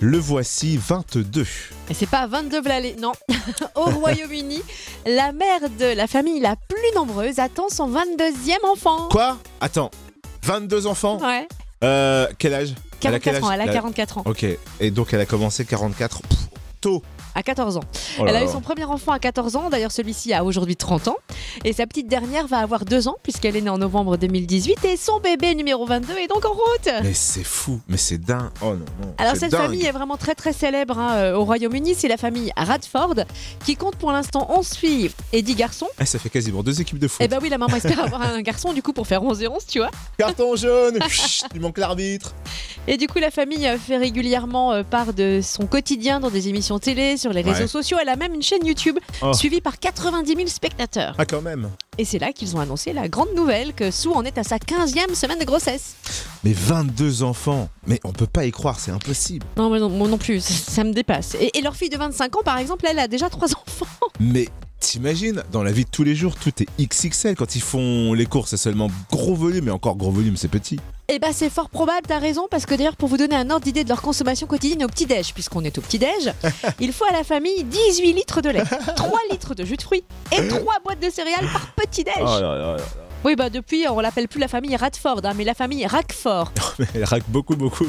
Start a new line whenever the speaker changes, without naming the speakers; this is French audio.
Le voici 22.
Et c'est pas 22 Vlalé, non. Au Royaume-Uni, la mère de la famille la plus nombreuse attend son 22e enfant.
Quoi Attends, 22 enfants
Ouais.
Euh, Quel âge Oh. Elle a quel
44 ans,
âge
elle a
La-
44 ans,
Ok, et donc elle a commencé 44 pff, tôt.
à 14 ans.
Oh là
Elle a eu
là.
son premier enfant à 14 ans, d'ailleurs celui-ci a aujourd'hui 30 ans. Et sa petite dernière va avoir 2 ans, puisqu'elle est née en novembre 2018, et son bébé numéro 22 est donc en route.
Mais c'est fou, mais c'est dingue. Oh non, non.
Alors
c'est
cette
dingue.
famille est vraiment très très célèbre hein, euh, au Royaume-Uni, c'est la famille Radford, qui compte pour l'instant 11 filles et 10 garçons.
Eh, ça fait quasiment deux équipes de foot.
Et ben oui, la maman espère avoir un garçon du coup pour faire 11 et 11, tu vois.
Carton jaune Chut, Il manque l'arbitre
Et du coup, la famille euh, fait régulièrement euh, part de son quotidien dans des émissions télé, sur les réseaux
Ouais.
sociaux. Elle a même une chaîne YouTube
Oh.
suivie par 90 000 spectateurs.
Ah, quand même
Et c'est là qu'ils ont annoncé la grande nouvelle que Sue en est à sa 15e semaine de grossesse.
Mais 22 enfants Mais on peut pas y croire, c'est impossible.
Non, mais non, moi non plus, ça, ça me dépasse. Et, et leur fille de 25 ans, par exemple, elle a déjà trois enfants.
Mais t'imagines, dans la vie de tous les jours, tout est XXL. Quand ils font les courses, c'est seulement gros volume, et encore gros volume, c'est petit.
Eh ben, c'est fort probable, t'as raison, parce que d'ailleurs, pour vous donner un ordre d'idée de leur consommation quotidienne au petit-déj, puisqu'on est au petit-déj, il faut à la famille 18 litres de lait, 3 litres de jus de fruits et 3 boîtes de céréales par petit-déj.
Oh là là là.
Oui, bah depuis, on l'appelle plus la famille Radford, hein, mais la famille Rackford.
Elle raque beaucoup, beaucoup.